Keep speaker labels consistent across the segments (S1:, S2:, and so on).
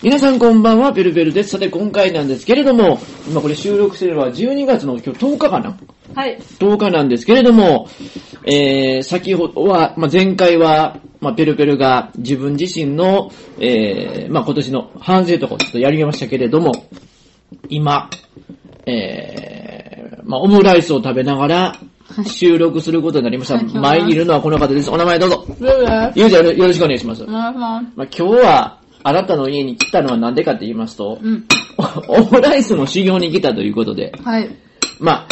S1: 皆さんこんばんは、ベルベルです。さて、今回なんですけれども、今これ収録すれば12月の今日10日かな
S2: はい。
S1: ?10 日なんですけれども、えー、先ほどは、まあ、前回は、まあ、ベルベルが自分自身の、えー、まあ、今年の反省とかをちょっとやりましたけれども、今、えー、まあ、オムライスを食べながら、収録することになりました。
S2: はい
S1: 前にいるのはこの方です。お名前どうぞ。
S2: ブーブー
S1: ゆうちゃんよろしくお願いします。
S2: お願いしま
S1: まあ、今日は、あなたの家に来たのはなんでかって言いますと
S2: す。、うん。
S1: オムライスの修行に来たということで、
S2: はい。
S1: まあ、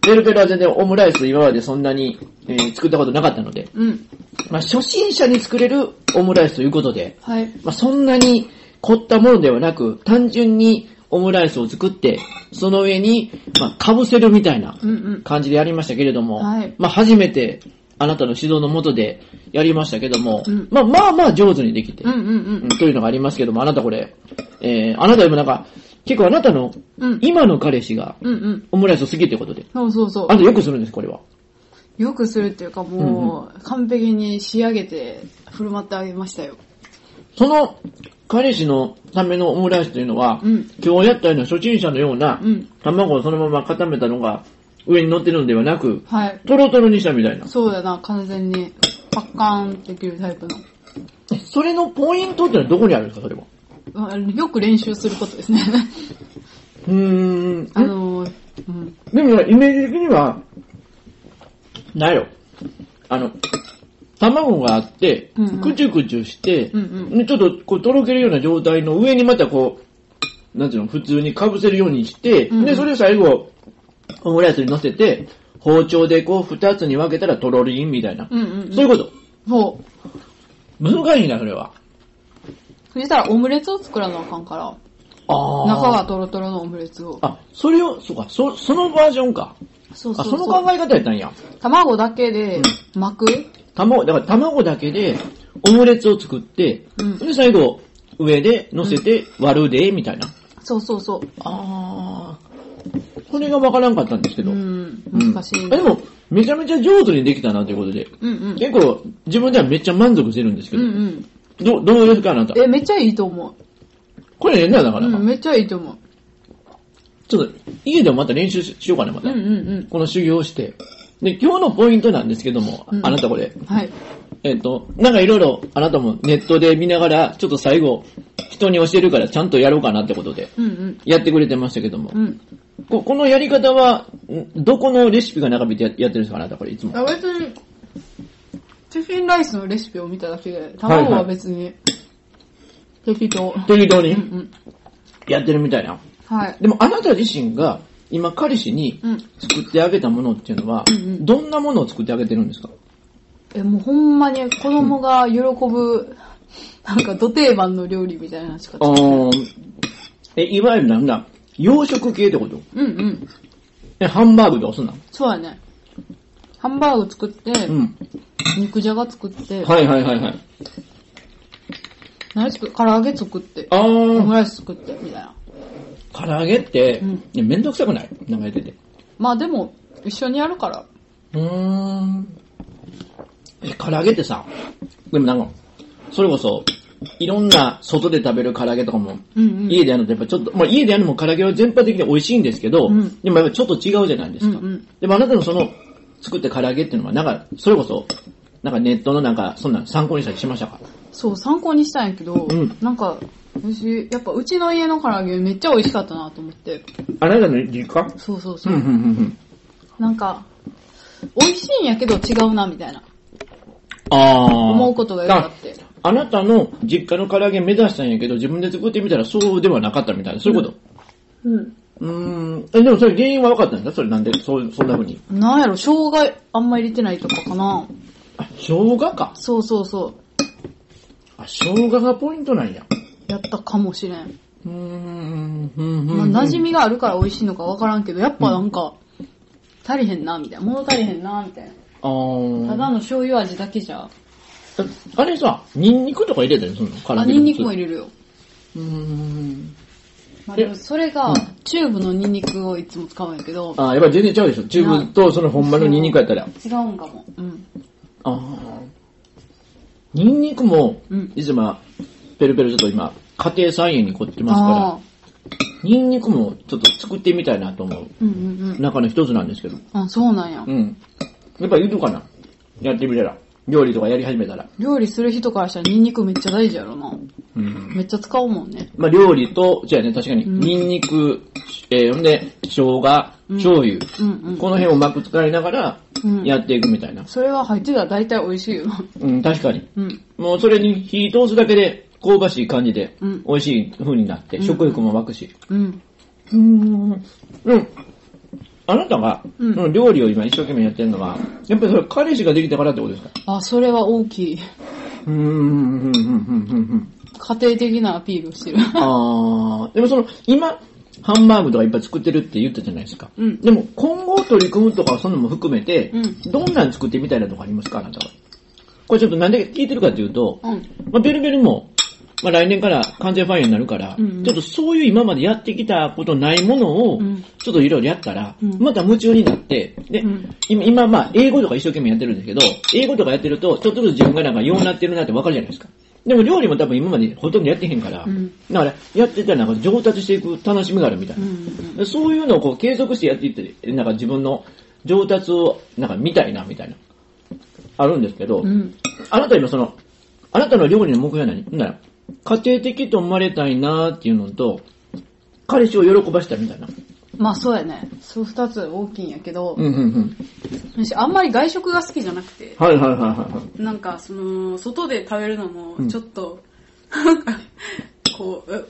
S1: ペルペルは全然オムライス今までそんなに、えー作ったことなかったので、
S2: うん。
S1: まあ、初心者に作れるオムライスということで、
S2: はい。
S1: まあ、そんなに凝ったものではなく、単純にオムライスを作って、その上に、まあ、被せるみたいな
S2: うんうん。
S1: 感じでやりましたけれども、
S2: はい
S1: まあ、初めてあなたの指導のもとでやりましたけども、
S2: うん
S1: まあ、まあまあ上手にできて、
S2: うんうん
S1: というのがありますけども、あなたこれ、えー、あなたでもなんか、結構あなたの、
S2: うん。うん。
S1: 今の彼氏が、
S2: うんうん。
S1: オムライス好きってことで、
S2: そうそうそ
S1: あなたよくするんです、これは。
S2: う。よくするっていうかもう、完璧に仕上げて振る舞ってあげましたよ。
S1: その、彼氏のためのオムライスというのは、
S2: うん
S1: 今日やったような初心者のような、
S2: うん
S1: 卵をそのまま固めたのが、上に乗ってるのではなく、
S2: はい。
S1: トロトロにしたみたいな。
S2: そうだな、完全に。パッカーンってできるタイプ
S1: それのポイントってのはどこにあるんですか、それは。
S2: の。うんよく練習することで すね。
S1: うーん。
S2: あのー、うん。
S1: でも、イメージ的には、なんやろ。あの、卵があって
S2: うんう、ん
S1: くちゅくちゅして、
S2: うんうん
S1: でちょっとこうとろけるような状態の上にまたこう、なんていうの、普通にかぶせるようにして、
S2: うんうん
S1: で、それを最後、オムライスに乗せて、包丁でこう二つに分けたらとろりんみたいな。
S2: うんうんうん。
S1: そういうこと。
S2: そう。
S1: 難しいな、それは。
S2: そしたらオムレツを作らなあかんから、
S1: あ
S2: 中はトロトロのオムレツを。
S1: あ、それを、そうか、そ、そのバージョンか。
S2: そうそ
S1: あ、
S2: う
S1: その
S2: そ
S1: 考
S2: う。
S1: え方やったんや。
S2: 卵だけで巻く
S1: 卵、だから卵だけで、オムレツを作って、
S2: うん
S1: で、最後、上で乗せて割るで、みたいな。
S2: そうそうそう。
S1: あー。これがわからんかったんですけど。
S2: うん、
S1: うん
S2: 難しい。
S1: あでも、めちゃめちゃ上手にできたなということで。
S2: うんうん。
S1: 結構、自分ではめっちゃ満足してるんですけ
S2: う
S1: ど。
S2: んうん。
S1: どどうですか、あなた。
S2: え、めっちゃいいと思
S1: これね、なか
S2: う。
S1: なか。
S2: うん、めっちゃいいと思う。
S1: ちょっと、家でもまた練習ししようかな、ま
S2: う
S1: た。
S2: んうん
S1: この修行をして。で、今日のポイントなんですけども、
S2: うん
S1: あなたこれ。
S2: うん。はい。
S1: えっ、と、なんかいろいろ、あなたもネットで見ながら、ちょっと最後、人に教えるからちゃんとやろうかなってことで、
S2: うんうん。
S1: やってくれてましたけども。
S2: うん。
S1: ここのやり方は、んどこのレシピが並べてややってるんですかあなたこれいつも。
S2: あ別に、チェフィンライスのレシピを見ただけで、卵は別に、適当。
S1: 適当に
S2: うんうん。
S1: やってるみたいな。
S2: はい。
S1: でもあなた自身が、今彼氏に
S2: うん。
S1: 作ってあげたものっていうのは
S2: うんう、ん
S1: どんなものを作ってあげてるんですか
S2: え、もうほんまに子供が喜ぶ、なんか、土定番の料理みたいなのしか
S1: あ
S2: 作ってない。
S1: ーえ、いわゆるなんだ、洋食系ってこと
S2: うんうん。
S1: え、ハンバーグとかそんなん
S2: そうやね。ハンバーグ作って、
S1: うん。
S2: 肉じゃが作って、
S1: はいはいはいはい。
S2: 何作る唐揚げ作って、
S1: あ
S2: オム
S1: ー、
S2: ライス作って、みたいな。
S1: 唐揚げって、
S2: うん
S1: いやめんどくさくない名前出て。
S2: まあでも、一緒にやるから。
S1: うーん。え、唐揚げってさ、でもなんか、それこそ、いろんな外で食べる唐揚げとかも、
S2: うんうん。
S1: 家でやるのってやっぱちょっと、まあ家でやるのも唐揚げは全般的に美味しいんですけど、
S2: うん
S1: でもやっぱちょっと違うじゃないで
S2: う
S1: す
S2: ん
S1: か。
S2: うん。
S1: でもあなたのその、作った唐揚げっていうのは、なんか、それこそ、なんかネットのなんか、そんなん参考にしたりしましたか
S2: そう、参考にしたんやけど、
S1: うん
S2: なんか、私、やっぱうちの家の唐揚げめっちゃ美味しかったなと思って。
S1: あなたの実家
S2: そうそう
S1: う
S2: そ
S1: ん、
S2: う。
S1: うん、うん、うん。
S2: なんか、美味しいんやけど違うな、みたいな。
S1: あー。
S2: 思うことがよかって。
S1: あなたの実家の唐揚げ目指したんやけど、自分で作ってみたらそうではなかったみたいな、そういうこと。
S2: うん。
S1: うーん。え、でもそれ原因は分かったんだそれなんで、そう、そんな風に。
S2: なんやろ、生姜あんま入れてないとかかな。
S1: あ、生姜か。
S2: そうそうそ
S1: あ、生姜がポイントなんや。
S2: う。やったかもしれん。
S1: うーん、うん、うん。
S2: まあ、馴染
S1: み。
S2: みがあるから美味しいのかわからんけど、やっぱなんか、足りへんな、みたいな。物足りへんな、みたい
S1: あー
S2: な。ただの醤油味だけじゃ。
S1: あれさ、ニンニクとか入れたりするの唐揚
S2: あ、
S1: げ。
S2: ニンニクも
S1: れ
S2: 入れるよ。
S1: うーん。
S2: まあ、でもそれ
S1: う
S2: が
S1: ん、
S2: チューブのニンニクをいつも使うんやけど、
S1: あー、やっぱり全然ちゃうでしょ。チューブとその本丸のニンニクやったら。
S2: 違うんかも。うん。
S1: あー。ニンニクも
S2: うん、
S1: いつも、ペルペルちょっと今、家庭菜園に凝ってます
S2: あ
S1: か
S2: あ。
S1: ら、ニンニクもちょっと作ってみたいなと思う。
S2: うんうんうん。
S1: 中の一つなんですけど。
S2: あ、そうなんや
S1: う。ん。やっぱいるかなやってみたら。料理とかやり始めたら。
S2: 料理する人からしたらニンニクめっちゃ大事やろな。
S1: うん。
S2: めっちゃ使うもんね。
S1: まあ料理と、じゃあね、確かに、
S2: うん
S1: ニンニク、えー、ほんで、生姜、
S2: うん
S1: 醤油、
S2: うんうん。
S1: この辺をうまく使いながら、
S2: うん
S1: やっていくみたいな。
S2: それは入ってたら大体美味しいよな。
S1: うん、確かに。
S2: うん。
S1: もうそれに火通すだけで、香ばしい感じで
S2: うん、
S1: 美味しい風になって、食欲も湧くし。
S2: うん。
S1: うん。うん。あなたが、
S2: うん
S1: その料理を今一生懸命やってるのは、やっぱりそれ彼氏ができたからってことですか
S2: あ、それは大きい。
S1: うん、うん、うん、うん、うん、うん。
S2: 家庭的なアピールをしてる。
S1: あー、でもその、今、ハンバーグとかいっぱい作ってるって言ったじゃないですか。
S2: うん
S1: でも、今後取り組むとか、そういうのも含めて、
S2: うん
S1: どんなん作ってみたいなとかありますかあなたは。これちょっとなんで聞いてるかというと、
S2: うん。
S1: まあ、ベルベルも、まあ、来年から完全ファイヤーになるから、
S2: うんうん
S1: ちょっとそういう今までやってきたことないものを、
S2: うん
S1: ちょっといろいろやったら、
S2: うん
S1: また夢中になって、で、
S2: うん
S1: 今、今まあ、英語とか一生懸命やってるんですけど、英語とかやってると、ちょっとずつ自分がなんかようなってるなってわかるじゃないですか。でも料理も多分今までほとんどやってへんから、
S2: うん
S1: だからやってたらなんか上達していく楽しみがあるみたいな。
S2: うん。
S1: でそういうのをこう継続してやっていって、なんか自分の上達をなんか見たいなみたいな、あるんですけど、
S2: うん。
S1: あなた今その、あなたの料理の目標は何ほんなら、家庭的と思われたいなーっていうのと、彼氏を喜ばしたいみたいな。
S2: まあそうやね。そう二つ大きいんやけど
S1: う、んうんうん。
S2: 私あんまり外食が好きじゃなくて、
S1: はいはいはいはい。
S2: なんかその、外で食べるのもちょっと、なんか、こう、う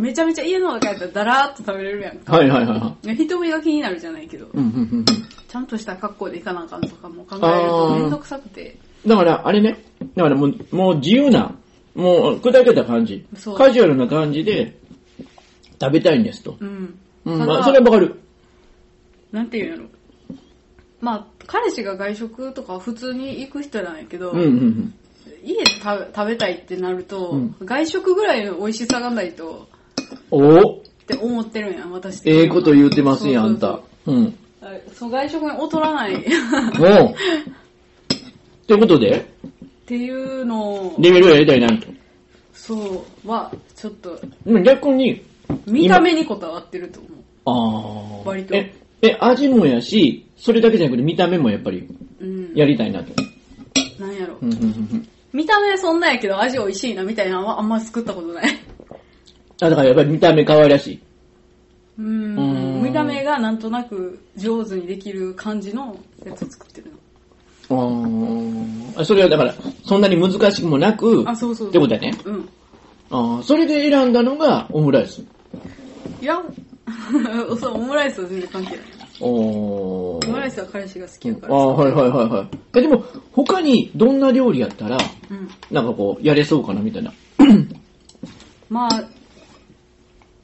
S2: めちゃめちゃ家の中やったらダラーっと食べれるやんか。
S1: はいはいはいはい。
S2: ね人目が気になるじゃないけど、
S1: うんうんうん
S2: ちゃんとした格好で行かなあかんとかも考えるとめんどくさくて。
S1: うん。だから、あれね、だからもう、もう自由な、もう砕けた感じ
S2: そう、
S1: カジュアルな感じで食べたいんですと。
S2: うん。
S1: うん、
S2: た
S1: ま
S2: だ
S1: あ、それはわかる。
S2: なんていうんやろ。まあ、彼氏が外食とか普通に行く人なんやけど、
S1: うんうんうん。
S2: 家で食べ食べたいってなると、
S1: うん
S2: 外食ぐらいの美味しさがないと、
S1: おお
S2: って思ってるんやん、私的には
S1: ええこと言ってますやん、あんた。うん。
S2: そうそうそうあそう外食に劣らないっ
S1: おうってことで、
S2: ていうのを、
S1: レベルをやりたいなと。
S2: そうは、ちょっと、
S1: でも逆に、
S2: 見た目にこだわってると思う。
S1: ああ。
S2: 割と
S1: え、え、味もやし、それだけじゃなくて見た目もやっぱり
S2: うん。
S1: やりたいなと。
S2: なんやろ
S1: う。んうんうんうん
S2: 見た目そんなんやけど味美味しいなみたいなのはあんま作ったことない。
S1: あ、だからやっぱり見た目可愛らしい。
S2: う
S1: うー
S2: ん。
S1: ん
S2: 見た目がなんとなく上手にできる感じのやつ作ってるの。
S1: あーあ。それはだから、そんなに難しくもなく、
S2: あ、そうそうそう。
S1: ってことだね。
S2: うん。
S1: ああ、それで選んだのがオムライス。
S2: いや、 そう、オムライスは全然関係ない。
S1: おー
S2: オムライスは彼氏が好きやか
S1: あ
S2: らさ。
S1: あ、はいはいはいはい。え、でも、他にどんな料理やったら、
S2: うん。
S1: なんかこう、やれそうかなみたいな。
S2: まあ、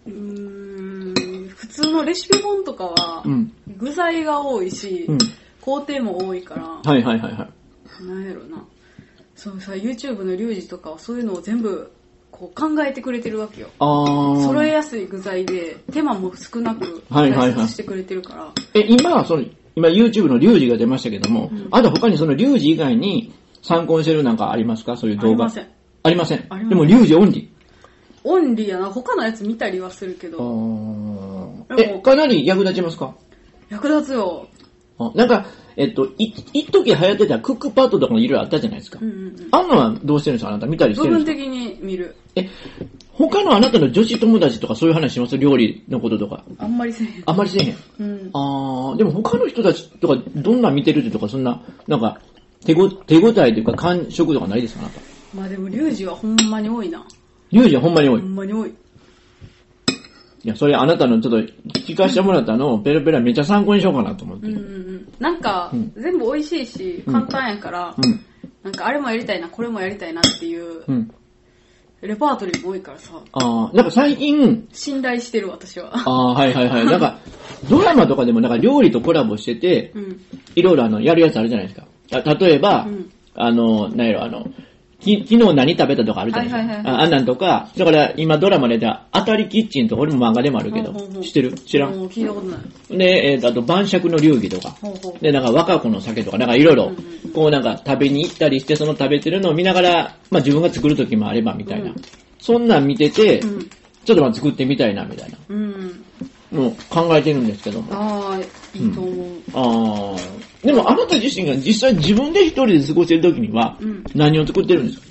S2: うーん、普通のレシピ本とかは
S1: う、ん。
S2: 具材が多いし、
S1: うん
S2: 工程も多いから、
S1: はいはいはいはい。
S2: なんやろな。そうさ、YouTube のリュウジとかはそういうのを全部、こう考えてくれてるわけよ。
S1: ああ。
S2: 揃えやすい具材で、手間も少なく、
S1: はいはいはい
S2: してくれてるから、
S1: え、今、その、今 YouTube のリュウジが出ましたけども、
S2: うん
S1: あと他にそのリュウジ以外に参考にしてるなんかありますかそういう
S2: あり
S1: 動画。
S2: ません。
S1: ありません。
S2: ありません
S1: でもリュウジオンリ
S2: オンリーやな、他のやつ見たりはするけど、
S1: ー。あ
S2: で
S1: ー
S2: も
S1: え、かなり役立ちますか
S2: 役立つよ。
S1: あなんか、えっと、い、一時流行ってたクックパッドとかもいろいろあったじゃないですか。
S2: うんうんうん。
S1: あんのはどうしてるんですかあなた見たりし
S2: 部
S1: てるん
S2: 分
S1: ですか
S2: 的に見る。
S1: え、他のあなたの女子友達とかそういう話します料理のこととか。
S2: あんまりせえへん。
S1: あんまりせえへん。
S2: うん。
S1: あー、でも他の人たちとかどんなん見てるとかそんな、なんか、手ご、手応えというか感触とかないですかあなた。
S2: まあでも、リュウジはほんまに多いな。
S1: リュウジはほんまに多
S2: ほ
S1: い。い
S2: んまに多い。
S1: や、それあなたのちょっと聞かせてもらったのをペラペラめっちゃ参考にしようかなと思って。
S2: うんうんうん。なんか、
S1: うん
S2: 全部美味しいし、
S1: うん
S2: 簡単やから、
S1: うん。
S2: なんかあれもやりたいな、これもやりたいなっていう、
S1: うん。
S2: レパートリーも多いからさ、
S1: あー、なんか最近、
S2: 信頼してる 私は。
S1: あー、はいはいはい。なんか、ドラマとかでもなんか料理とコラボしてて、
S2: うん。
S1: いろいろあの、やるやつあるじゃないですか。あ例えば、
S2: うん
S1: あの、なんやろ、あの、き昨日何食べたとかあるじゃないですか。
S2: はいはいはい
S1: ああんなんとか、だから今ドラマでやった当たりキッチンとか、俺も漫画でもあるけど、
S2: ほうほうほう
S1: 知ってる知らん。
S2: もう聞いたことない。
S1: で、えーと、あと晩酌の流儀とか。
S2: ほうほう。
S1: で、なんか若子の酒とか、なんかいろいろ
S2: うんうんう、
S1: こうなんか食べに行ったりして、その食べてるのを見ながら、まあ自分が作る時もあればみたいな。
S2: うん
S1: そんなん見てて、
S2: うん。
S1: ちょっとまあ作ってみたいな、みたいな。
S2: うん。
S1: もう考えてるんですけども。あ
S2: ああ、いいと思う。
S1: あー。でもあなた自身が実際自分で一人で過ごしてる時には
S2: うん、
S1: 何を作ってるんですか、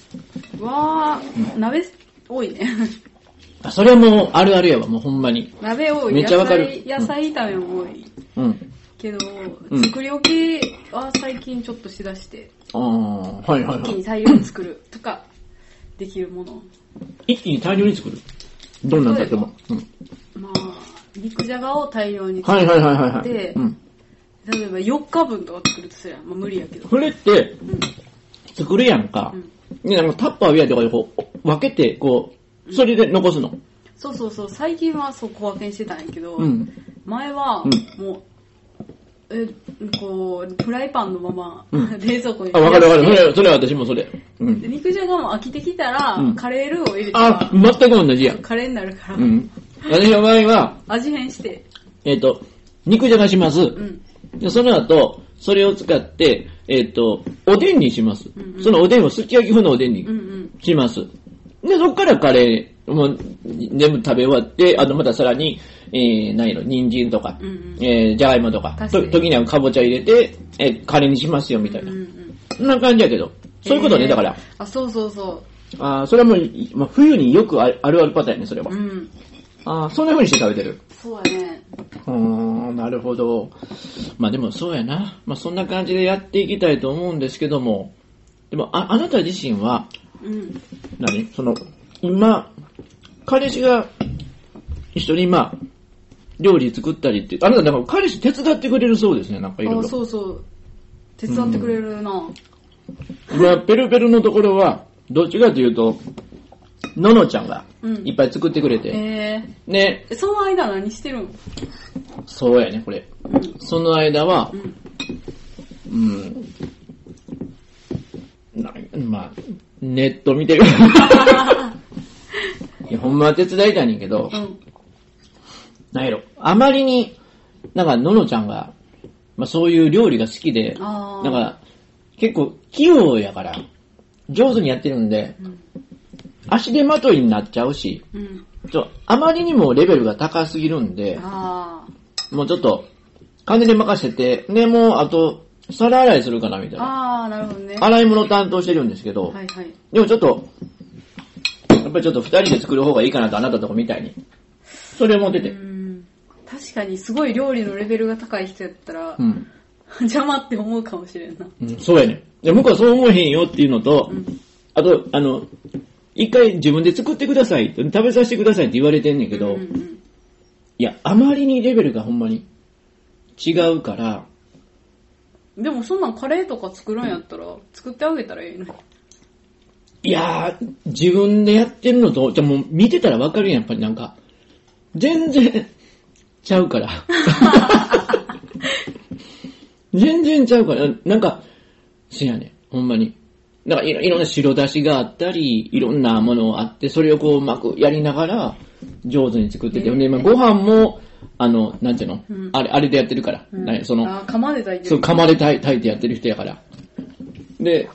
S2: わあ、鍋多いね。
S1: あそれはもうあるあるやわ、もうほんまに。
S2: 鍋多い。
S1: めっちゃわかる
S2: 野菜、野菜炒めも多い。
S1: うん。
S2: けど、
S1: うん
S2: 作り置きは最近ちょっとしだして、
S1: ああ、はいはいは
S2: 一気
S1: い
S2: に。大量に作るとか、できるもの。
S1: 一気に大量に作る。どんなんだっても。うん
S2: まあ、肉じゃがを大量に作
S1: はい
S2: る。
S1: はいはいはいはい。
S2: で
S1: うん。
S2: 例えば4日分とか作るとするやん。まあ無理やけど。
S1: それって
S2: ん、
S1: 作るやんか
S2: う。ん。
S1: ね、なんかタッパーウェアとかでこう、分けて、こう、それで残すの。
S2: そうそうそう、最近はそう小分けにしてたんやけど、
S1: うん。
S2: 前は
S1: う
S2: もう、え、こう、フライパンのまま、
S1: うん
S2: 冷蔵庫に
S1: あ、わかるわかる。それ、それは私もそれ。うん
S2: で。肉じゃがも飽きてきたら、
S1: うん
S2: カレールーを入れた
S1: あ
S2: ら、、
S1: 全く同じやん。
S2: カレーになるから、
S1: うん。私の場合は、
S2: 味変して、
S1: えっ、と、肉じゃがします。
S2: うん。
S1: でその後、それを使って、えっ、と、おでんにします。
S2: うんうん
S1: そのおでんをすき焼き風のおでんに
S2: うんうん。
S1: します。で、そこからカレーも全部食べ終わって、あとまたさらに、えー、何やろ、人参とか、
S2: うんうん
S1: えー、じゃがいもとか、
S2: 確か
S1: と
S2: に
S1: 時にはかぼちゃ入れて、えーカレーにしますよ、みたい
S2: うん
S1: な。
S2: うん。
S1: そんな感じやけど。そういうことね、
S2: えー
S1: だから。。
S2: あ、そうそうそ
S1: あーそれはもう、いまあ、冬によくあるあるパターンやね、それは
S2: う。う。ん。
S1: あーそんな風にして食べてる。
S2: そうやね。
S1: うーん、なるほど。まあでもそうやな。まあそんな感じでやっていきたいと思うんですけども、でもあ、あなた自身は、
S2: うん。
S1: 何その、今、彼氏が一緒にまあ、料理作ったりって、あなたなんか彼氏手伝ってくれるそうですね、なんかいろい
S2: あ、
S1: ろ。
S2: そうそう。手伝ってくれるな。
S1: 今、ペルペルのところは、どっちかというと、ののちゃんが
S2: うん
S1: いっぱい作ってくれて、
S2: え
S1: ね、
S2: ー、その間何してるん
S1: そうやね、これ。
S2: うん。
S1: その間は
S2: う、ん。
S1: うん、なまあ、ネット見 てる。いや、ほんまは手伝いたいねんけど、
S2: うん。
S1: なんやろ、あまりに、なんか、ののちゃんが、まあそういう料理が好きで、
S2: あー
S1: なんか、結構器用やから、上手にやってるんで、
S2: うん。
S1: 足手まといになっちゃうし、
S2: うん。
S1: ちょあまりにもレベルが高すぎるんで、
S2: あ
S1: もうちょっと、金で任せて、ね、もうあと、皿洗いするかな、みたい
S2: あ。
S1: な。
S2: ああ、なるほどね。は
S1: 洗い物担当してるんですけど、
S2: いはい。
S1: でもちょっと、やっぱりちょっと二人で作る方がいいかなと、あなたとこみたいに。それ思ってて
S2: う。ん。確かにすごい料理のレベルが高い人やったら、
S1: うん。
S2: 邪魔って思うかもしれんな。
S1: うん、そうやね。で、向こうはそう思えへんよっていうのと、
S2: うん。
S1: あと、あの、一回自分で作ってください、食べさせてくださいって言われてんねんけど、
S2: うんうん
S1: いや、あまりにレベルがほんまに違うから、
S2: うんでもそんなんカレーとか作るんやったら、作ってあげたらいいのに。
S1: いやー、自分でやってるのと、じゃあもう見てたらわかるやん、やっぱりなんか。全然、ちゃう から。全然ちゃうから。なんか、せやねん、ほんまに。なんかいろいろんな白出しがあったり、いろんなものあって、それをこううまくやりながら、上手に作ってて。
S2: えー
S1: で、まあ、ご飯も、あの、なんていうの、
S2: うん
S1: あれ、あれでやってるから。
S2: うん
S1: 何その、
S2: あー釜で炊いて
S1: そ
S2: る。
S1: う、釜で炊いてやってる人やから。で、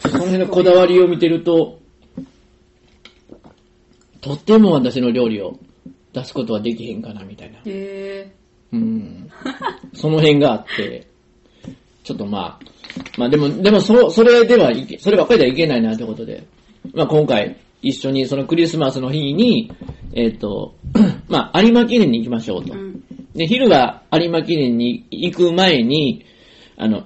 S1: その辺のこだわりを見てると、とっても私の料理を出すことはできへんかな、みたいな。
S2: へ
S1: うん。その辺があって、ちょっとまあ、まあでも、でもそ、それではいけ、そればっかりではいけないなってことで、まあ今回、一緒にそのクリスマスの日に、えっ、と、 まあ有馬記念に行きましょう
S2: え。
S1: と
S2: う。ん。
S1: で、昼は有馬記念に行く前に、あの、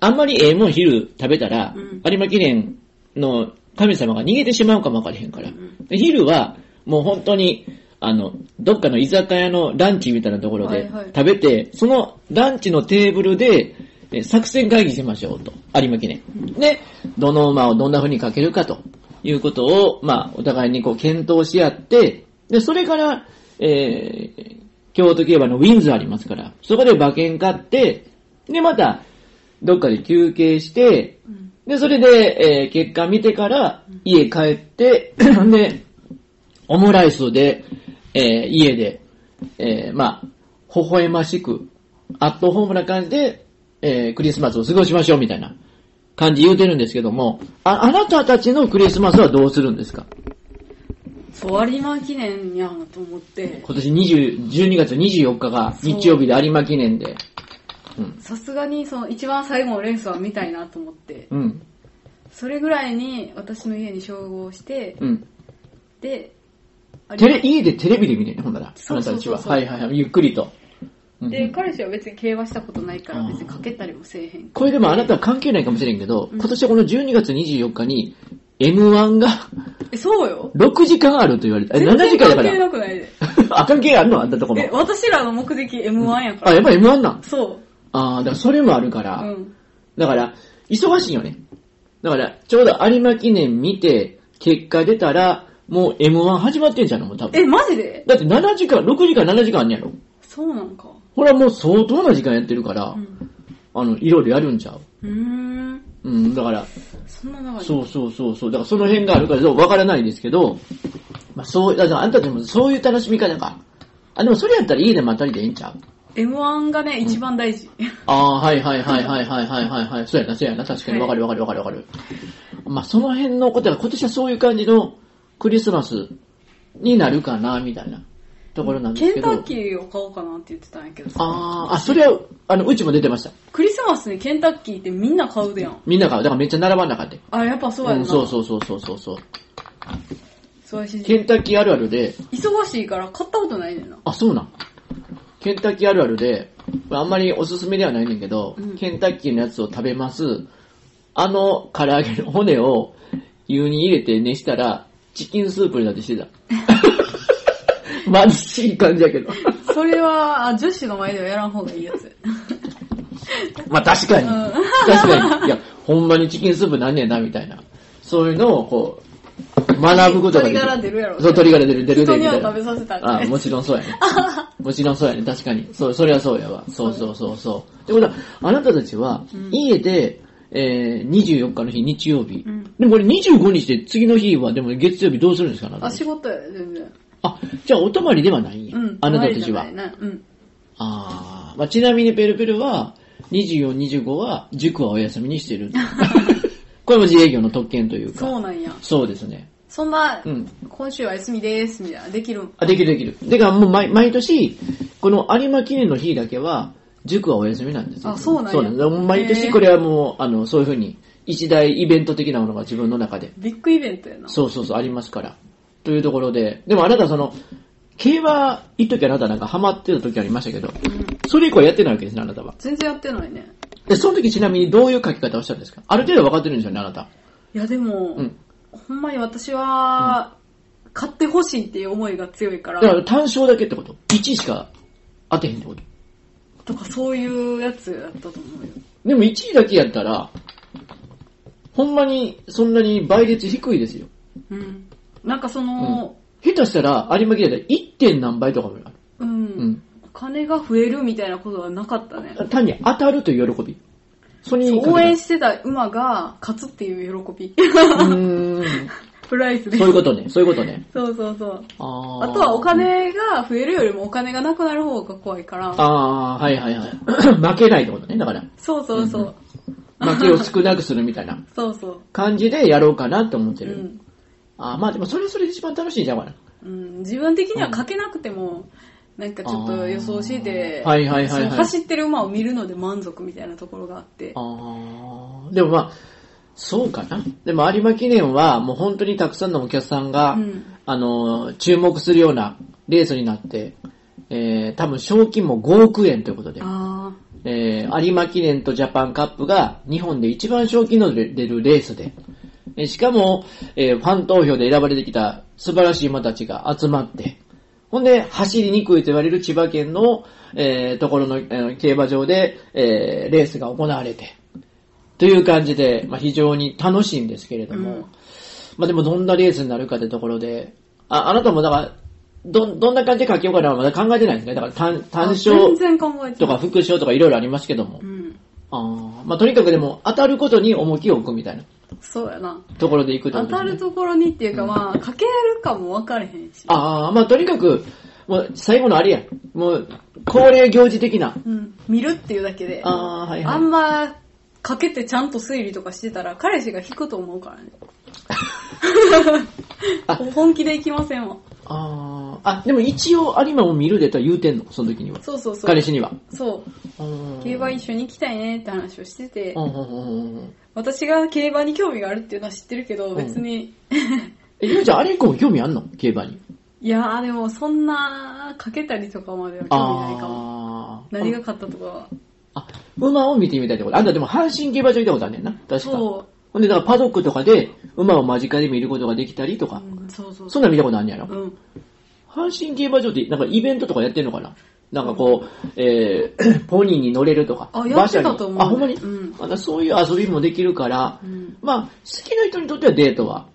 S1: あんまりええもん昼食べたら、
S2: うん
S1: 有馬記念の神様が逃げてしまうかもわかれへんから。
S2: ん
S1: で昼は、もう本当に、あの、どっかの居酒屋のランチみたいなところで
S2: はいはい
S1: 食べて、そのランチのテーブルで、え作戦会議しましょうと。有馬記念。で、どの馬をどんな風にかけるかということを、まあ、お互いにこう検討し合って、で、それから、えー、京都競馬のウィンズありますから、そこで馬券買って、で、また、どっかで休憩して、
S2: うん
S1: で、それで、えー結果見てから、家帰って、 で、オムライスで、えー家で、えーまあ、微笑ましく、アットホームな感じで、えークリスマスを過ごしましょうみたいな感じ言うてるんですけども、あ、あなたたちのクリスマスはどうするんですか
S2: そう割り間記念やなと思って、
S1: 今年20 12月24日が日曜日で有馬記念で。
S2: さすがにその一番最後のレースは見たいなと思って、
S1: うん。
S2: それぐらいに私の家に照合して、
S1: うん。
S2: で、あ
S1: テレ、家でテレビで見れるね、ほんなら。あ
S2: そう
S1: な
S2: そ
S1: た
S2: う
S1: たち
S2: そう
S1: は。
S2: そう
S1: はいはいはい。ゆっくりと。うんう
S2: で、
S1: ん
S2: 彼氏は別に競馬したことないから別にかけたりもせえへん。
S1: これでもあなたは関係ないかもしれんけど、
S2: うん
S1: 今年はこの12月24日に M1 が
S2: え、そうよ。
S1: 6時間あると言われた。え、
S2: 全
S1: 7
S2: 然
S1: 時間だか
S2: 関係
S1: ら。
S2: なくないで。
S1: あ、関係あるのあんたとこも
S2: え、。私らの目的 M1 やか
S1: あ、
S2: ら。
S1: やっぱ M1 なん。
S2: そ
S1: ああ、だからそれもあるか
S2: う。
S1: ら。
S2: うん。
S1: だから、忙しいよね。だから、ちょうど有馬記念見て、結果出たら、もう M1 始まってんじゃん、もう多分。
S2: え、マジで
S1: だって7時間、6時間、7時間あんねやろ。
S2: そうなんか。
S1: ほらもう相当な時間やってるから、
S2: うん。
S1: あの、いろいろやるんちゃう。
S2: うーん。
S1: うん、だから、
S2: そんな長い。
S1: そうそうそうそう、だからその辺があるから、そうわからないですけど、まあそう、だからあんたたちもそういう楽しみ方か。あ、でもそれやったら家でまったりでいいんちゃう
S2: M1 がね、一番大事。
S1: ああ、はいはいはいはいはいはいはい、はい。そうやな、そうやな、確かに
S2: は
S1: わか
S2: い
S1: るわかるわかるわかる。まあその辺のことは、今年はそういう感じのクリスマスになるかな、みたいなところなんです
S2: ケ
S1: け
S2: ン
S1: ど。
S2: タッキーを買おうかなって言ってたんやけどさ。
S1: ああ、あ、それは、あの、うちも出てました。
S2: クリスマスにケンタッキーってみんな買うでやん。
S1: みんなが、だからめっちゃ並ばんなかった。
S2: あ、やっぱそうや
S1: う、。
S2: なん
S1: そうそうそうそうそうそう。
S2: そうやし、
S1: ケンタッキーあるあるで、
S2: 忙しいから買ったことないねんな。
S1: あ、そうなん。ケンタッキーあるあるで、あんまりおすすめではないねんけど、
S2: うん
S1: ケンタッキーのやつを食べます。あの唐揚げの骨を湯に入れて熱したら、チキンスープになって してた。貧しい感じや けど。
S2: それは、あ女子の前ではやらん方がいいや つ。
S1: まあ確かに。
S2: うん
S1: 確かに。いや、ほんまにチキンスープなんねんな、みたいな。そういうのをこう、学ぶことができる。
S2: 鶏ガラ出るやろ
S1: そう、鳥柄出る、出る
S2: 人
S1: 出るみ
S2: には
S1: たいな。
S2: 食べさせたん
S1: あ
S2: かい
S1: もちろん そうやね。もちろんそうやね。確かに。そう、それはそうやわ。そうそうそうそう。ってことは、あなたたちは
S2: うん、
S1: 家で、えー、24日の日、日曜日。
S2: うん
S1: でもこれ25日で次の日は、でも月曜日どうするんですかあなた
S2: あ、
S1: たち
S2: 仕事や、全然。
S1: あ、じゃあお泊まりではないんや。
S2: うん。
S1: あなたたち
S2: 周
S1: は
S2: り。じゃないなうん。
S1: あー、まあ、ちなみにペルペルは、24、25は、塾はお休みにして る。これも自営業の特権というか。
S2: そうなんや。
S1: そうですね。
S2: そんな、
S1: うん
S2: 今週は休みです、みたいな。できるん。
S1: あ、できるできる。でか、もう毎毎年、この有馬記念の日だけは、塾はお休みなんですよ。
S2: あそうなんや
S1: そうなんです。もう毎
S2: へ
S1: 年
S2: ー
S1: これはもう、あの、そういうふうに、一大イベント的なものが自分の中で、
S2: ビッグイベントやな。
S1: そうそうそう、ありますから。というところで、でもあなたはその、競馬、一時あなたなんかハマってた時ありましたけど、
S2: うん。
S1: それ以降やってないわけですね、あなたは。
S2: 全然やってないね。
S1: で、その時ちなみにどういう書き方をしたんですかある程度分かってるんですよね、あなた。
S2: いや、でも、
S1: うん
S2: ほんまに私は、買ってほしいっていう思いが強いか、
S1: だからら単勝だけってこと ?1 しか当てへんってこと
S2: とかそういうやつだったと思うよ。
S1: でも1位だけやったら、ほんまにそんなに倍率低いですよ。
S2: うん。なんかその、
S1: 下手したら、有馬記念だったら 1. 点何倍とかもある。
S2: うん。
S1: うん。
S2: お金が増えるみたいなことはなかったね。
S1: 単に当たるという喜び。それに
S2: 応援
S1: し
S2: してた馬が勝つっていう喜び。
S1: うーん。
S2: プライスで
S1: そういうことね、そういうことね。
S2: そうそうそう。
S1: あー
S2: あとはお。金が増えるよりもお金がなくなる方が怖いから。
S1: ああ、はいはい はい。負けないってことね、だから。
S2: そうそうそう。
S1: 負けを少なくするみたいな
S2: そうそう。
S1: 感じでやろうかなって思って
S2: う
S1: る。
S2: ん。
S1: ああ、まあでもそれそれで一番楽しいじゃん、これ。
S2: うん、自分的にはかけなくても、なんかちょっと予想して、
S1: あーはいはいはいはい
S2: その走ってる馬を見るので満足みたいなところがあって。
S1: ああ、でもまあ、そうかな。でも有馬記念はもう本当にたくさんのお客さんが、
S2: うん
S1: あの、注目するようなレースになって、えー、多分賞金も5億円ということで、
S2: あ
S1: えー、有馬記念とジャパンカップが日本で一番賞金の出るレースで、えーしかも、えーファン投票で選ばれてきた素晴らしい馬たちが集まって、ほんで、走りにくいと言われる千葉県の、えーところの、えー競馬場で、えーレースが行われて、という感じで、まあ、非常に楽しいんですけれども、
S2: うん
S1: まあ、でもどんなレースになるかってところで、あ、あなたもだから、ど、どんな感じで書きようかなまだ考えてないんですね。だから単、
S2: あ。
S1: 単
S2: あ
S1: 勝
S2: 全然考えて
S1: とか
S2: ない。
S1: 副賞とかいろいろありますけども
S2: う。ん。
S1: あーまあ、とにかくでも当たることに重きを置くみたいな
S2: そうやな。
S1: ところでいくってこと
S2: 当
S1: です
S2: た
S1: ね
S2: るところにっていうか、まあ、かけるかも分かれへんし。
S1: ああ、まあとにかく、もう最後のあれや。もう、恒例行事的な。
S2: うん。見るっていうだけで。
S1: あーはいはい
S2: あんま、かけてちゃんと推理とかしてたら、彼氏が引くと思うから ね。 本気で行きませんわ。
S1: あーあ、でも一応有馬を見るでとは言うてんの、その時には。
S2: そうそうそう。
S1: 彼氏には。
S2: そう。
S1: うん
S2: 競馬一緒に行きたいねって話をしてて、
S1: うんうんうんうん
S2: 私が競馬に興味があるっていうのは知ってるけど、別に、
S1: え、ゆうちゃん、あれ以降も興味あんの競馬に。
S2: いやーでもそんなかけたりとかまでは興味ないか
S1: あ
S2: も。
S1: ー
S2: 何が勝ったとかは。
S1: あ、馬を見てみたいってこと。あんたでも阪神競馬場行ったことあんねんな。確か。
S2: そ
S1: ほんで、だからパドックとかで馬を間近で見ることができたりと
S2: う。
S1: か。
S2: うんそうそう
S1: そんなん見たことあんねやろ。
S2: うん。
S1: 阪神競馬場ってなんかイベントとかやってんのかななんかこう、えー、 ポニーに乗れるとか。
S2: あやってたと思う
S1: 馬車にあ、ほんまに、
S2: うん
S1: まだそういう遊びもできるから、
S2: うん
S1: まあ、好きな人にとってはデートは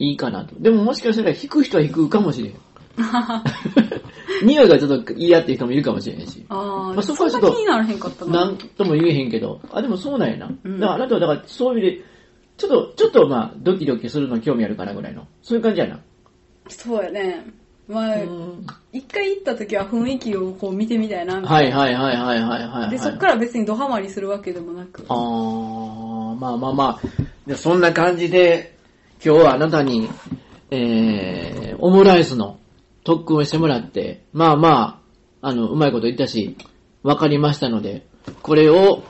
S1: いいかなと。でももしかしたら引く人は引くかもしれん。 匂いがちょっと嫌っていう人もいるかもしれんし。
S2: あ
S1: ま
S2: あ、
S1: あそ
S2: そ
S1: こ
S2: こ
S1: は
S2: は
S1: ちょっと
S2: 気にならへんかった
S1: な
S2: な。
S1: んとも言えへんけど。あ、でもそうなんやな。
S2: うん
S1: だからあなたはだからそういう意味で、ちょっと、ちょっとまあ、ドキドキするの興味あるかなぐらいの。そういう感じやな。
S2: そうやね。まあ
S1: う、ん
S2: 一回行った時は雰囲気をこう見てみたいな。
S1: はいはいはいはいはいはい、はい。
S2: で、そっから別にドハマりするわけでもなく。
S1: あー、まあまあまあ、でそんな感じで、今日はあなたに、えー、オムライスの特訓をしてもらって、まあまあ、あの、うまいこと言ったし、わかりましたので、これを、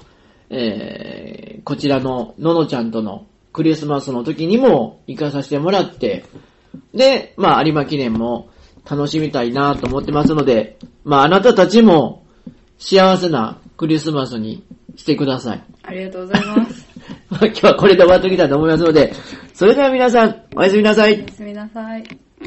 S1: えー、こちらのののちゃんとのクリスマスの時にも行かさせてもらって、で、まあ、有馬記念も楽しみたいなと思ってますので、まあ、あなたたちも幸せなクリスマスにしてください。
S2: ありがとうございます。
S1: まあ今日はこれで終わってきたいと思いますので、それでは皆さん、おやすみなさい。
S2: おやすみなさい。